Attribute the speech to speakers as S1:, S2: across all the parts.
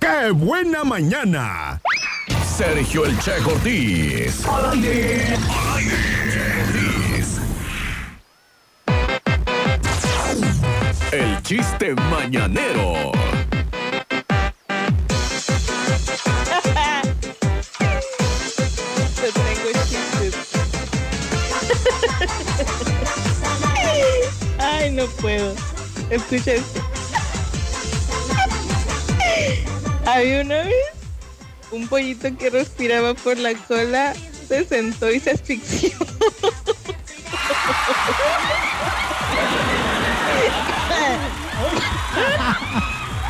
S1: ¡Qué buena mañana!
S2: Sergio El Che Ortiz. Al aire. Al aire. Ortiz. El chiste mañanero.
S3: Te tengo chistes. Ay, no puedo. Escucha esto. Había una vez un pollito que respiraba por la cola, se sentó y se asfixió.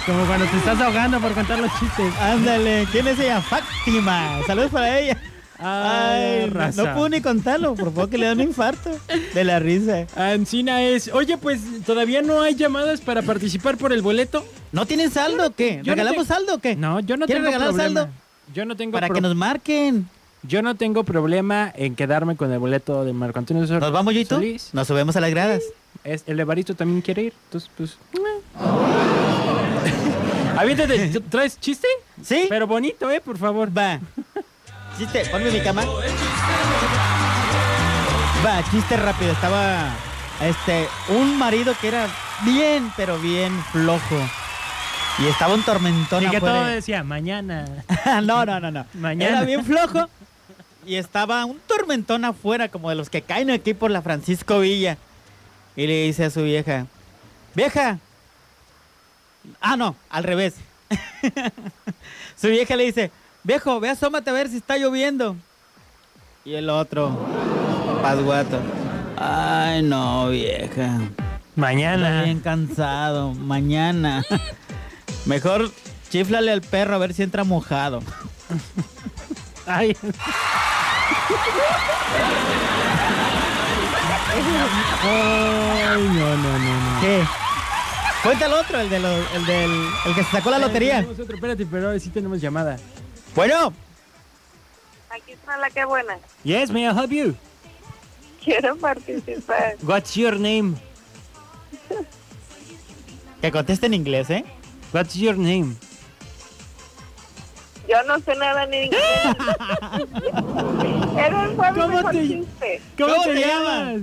S4: Como cuando te estás ahogando por contar los chistes.
S5: Ándale, ¿quién es ella? Fátima. Saludos para ella. Ay, no,
S4: Ah, raza.
S5: no pude ni contarlo, por favor, que le da un infarto de la risa.
S4: Ancina es, oye, pues todavía no hay llamadas para participar por el boleto.
S5: ¿No tienen saldo o qué?
S4: Yo no
S5: ¿Regalamos
S4: te-
S5: saldo o qué?
S4: No, yo no
S5: ¿Quieren
S4: tengo
S5: regalar
S4: problema.
S5: saldo?
S4: Yo no tengo
S5: Para
S4: pro-
S5: que nos marquen.
S4: yo no tengo problema en quedarme con el boleto de Marco Antonio Sol-
S5: ¿Nos vamos, yo y tú?
S4: Solís.
S5: Nos subimos a las gradas.
S4: Es, el Evaristo también quiere ir, entonces pues. Aviéntate, ¿tú ¿traes chiste?
S5: ¿Sí?
S4: Pero bonito, eh, por favor.
S5: Va. Chiste, ponme mi cama. Va, chiste rápido. Estaba este un marido que era bien, pero bien flojo. Y estaba un tormentón
S6: Y que todo
S5: afuera.
S6: decía, mañana.
S5: no, no, no, no.
S6: Mañana.
S5: Era bien flojo. Y estaba un tormentón afuera, como de los que caen aquí por la Francisco Villa. Y le dice a su vieja, vieja. Ah, no, al revés. su vieja le dice, viejo, ve asómate a ver si está lloviendo. Y el otro, pasguato. Ay, no, vieja. Estoy
S6: Mañana.
S5: bien cansado. Mañana. Mejor chiflale al perro a ver si entra mojado.
S4: Ay, Ay, no, no, no, no.
S5: ¿Qué? Cuenta el otro, el, de los- el del el que se sacó la lotería.
S4: Tenemos otro, espérate, pero ahora sí tenemos llamada.
S5: Bueno,
S7: Aquí está la que buena.
S4: Yes, may I help you?
S7: Quiero participar.
S4: What's your name?
S5: que conteste en inglés, ¿eh?
S4: What's your name?
S7: Yo no sé nada ni de inglés. Eres fue mi
S4: ¿Cómo
S7: mejor
S4: te-
S7: chiste.
S4: ¿Cómo,
S5: ¿Cómo
S4: te,
S5: te
S4: llamas?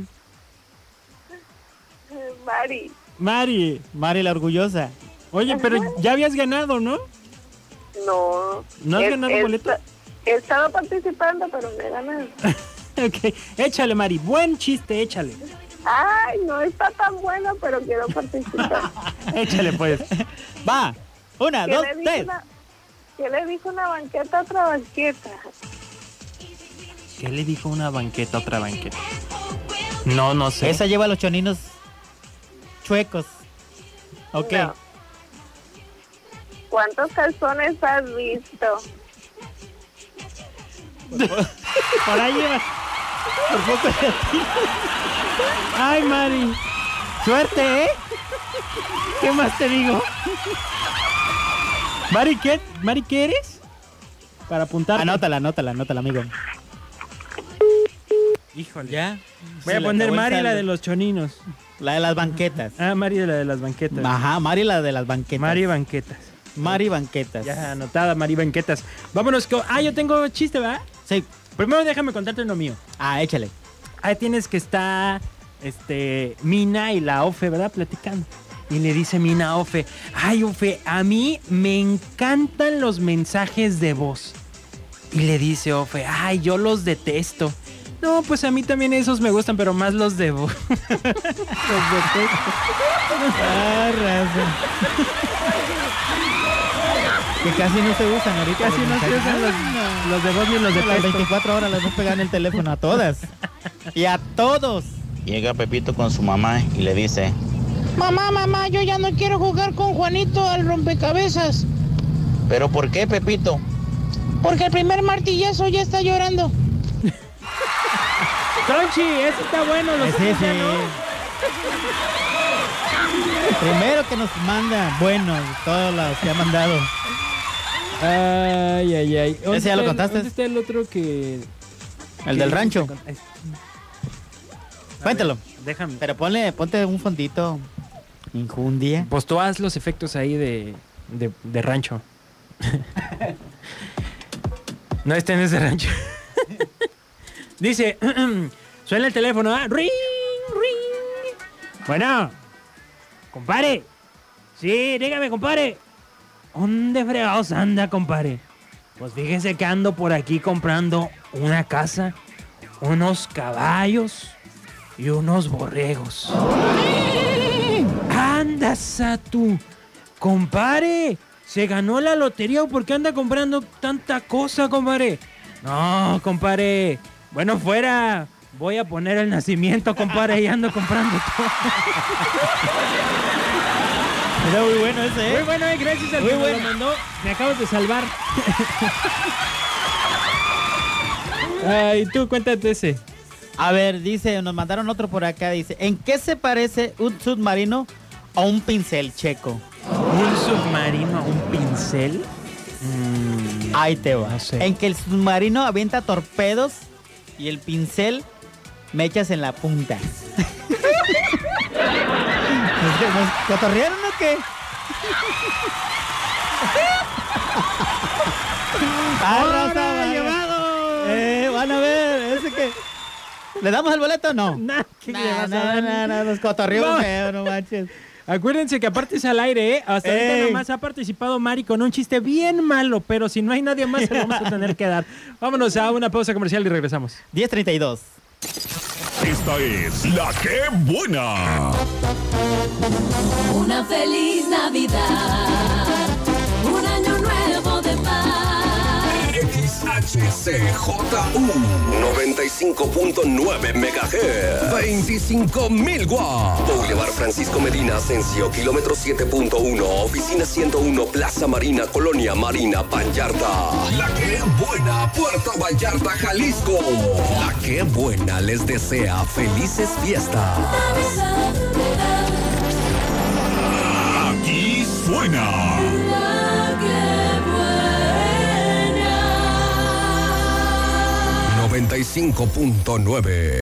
S7: Mari,
S4: Mari.
S5: Mari la orgullosa.
S4: Oye, pero ya habías ganado, ¿no?
S7: no.
S4: ¿No has ganado boleto?
S7: He estado participando, pero no he ganado.
S4: ok, échale, Mari. Buen chiste, échale.
S7: Ay, no está tan bueno, pero quiero participar.
S4: Échale, pues.
S5: Va, una,
S7: ¿Qué
S5: dos,
S7: le, dijo
S5: tres.
S7: una, ¿Qué le dijo una banqueta a otra banqueta?
S6: ¿Qué le dijo una banqueta a otra banqueta? No, no sé.
S5: Esa lleva a los choninos chuecos. Ok.
S7: No. ¿Cuántos calzones has visto?
S4: Por ahí llevas.
S5: Por poco le atino.
S4: Ay, Mari.
S5: Suerte, ¿eh?
S4: ¿Qué más te digo? Mari, ¿qué, Mari, ¿qué eres? Para apuntar.
S5: Anótala, anótala, anótala, amigo.
S4: Híjole.
S5: Ya.
S4: Voy a poner Mari la de los choninos.
S5: La de las banquetas.
S4: Ah, Mari la de las banquetas.
S5: Ajá, Mari la de las banquetas.
S4: Mari Banquetas.
S5: Ah. Mari banquetas.
S4: Ya anotada, Mari Banquetas. Vámonos con... Ah, yo tengo chiste, ¿va?
S5: Sí.
S4: Primero déjame contarte uno mío.
S5: Ah, échale.
S4: Ahí tienes que está este Mina y la Ofe, ¿verdad? Platicando. Y le dice Mina a Ofe, ay Ofe, a mí me encantan los mensajes de voz. Y le dice Ofe, ay, yo los detesto. No, pues a mí también esos me gustan, pero más los de voz. los detesto.
S5: Ah, raza. que casi no se usan ahorita.
S4: Casi no se usan los, los de voz ni los
S5: Las
S4: detesto.
S5: 24 horas las dos pegan el teléfono a todas. Y a todos.
S8: Llega Pepito con su mamá y le dice,
S9: Mamá, mamá, yo ya no quiero jugar con Juanito al rompecabezas,
S8: ¿pero por qué Pepito?
S9: porque el primer martillazo ya está llorando.
S4: Tronchi, ese está bueno, los
S5: Ese sí.
S4: escuchan, ¿no?
S5: Primero que nos manda, bueno, todos los que ha mandado.
S4: Ay, ay, ay. ¿Dónde
S5: Ese ya
S4: está
S5: lo
S4: el-
S5: contaste.
S4: ¿Dónde está el otro que.
S5: El
S4: que-
S5: del rancho.
S4: que-
S5: Cuéntalo.
S4: Déjame.
S5: Pero ponle, ponte un fondito. Injundia.
S4: Pues tú haz los efectos ahí de, de, de rancho. No está en ese rancho. Dice, suena el teléfono, ¿ah? Ring, ring. Bueno, compare. Sí, dígame, compare. ¿Dónde fregados anda, compare? Pues fíjese que ando por aquí comprando una casa, unos caballos y unos borregos. ¡Andas a tú! ¡Compare! ¿Se ganó la lotería o por qué anda comprando tanta cosa, compadre? No, compadre. Bueno, fuera. Voy a poner el nacimiento, compadre, y ando comprando todo.
S5: Era muy bueno ese,
S4: Muy
S5: ¿eh?
S4: bueno, eh, gracias al
S5: Muy
S4: que me lo
S5: bueno.
S4: mandó. Me acabas de salvar. Ay, tú cuéntate ese.
S5: A ver, dice, nos mandaron otro por acá, dice, ¿en qué se parece un submarino a un pincel checo?
S4: Un submarino, un pincel. Mm,
S5: Ahí te va.
S4: No sé.
S5: En que el submarino avienta torpedos y el pincel me echas en la punta. ¿Nos, nos pues, cotorrearon o qué? Ay, raza,
S4: ¡Hora
S5: van a-
S4: llevado!
S5: Eh, van a ver, ese que... ¿Le damos el boleto o no?
S4: Nah, ¿qué
S5: Nah,
S4: le vas a
S5: nah,
S4: dar?
S5: nah, nah, nos cotorreó
S4: No.
S5: feo, no manches.
S4: Acuérdense que aparte es al aire, ¿eh? Hasta ahorita
S5: Ey.
S4: nada más ha participado Mari con un chiste bien malo, pero si no hay nadie más se lo vamos a tener que dar. Vámonos a una pausa comercial y regresamos.
S5: 10.32.
S2: Esta es la que buena.
S6: Una feliz Navidad. Un año nuevo de paz.
S2: XHCJU
S1: 95.9 MHz.
S2: 25.000 watts.
S1: Boulevard Francisco Medina Asensio, kilómetro 7.1, oficina 101, Plaza Marina, Colonia Marina, Vallarta. La que buena, Puerto Vallarta, Jalisco. La que buena les desea felices fiestas.
S2: Aquí suena.
S6: Qué buena.
S1: 95.9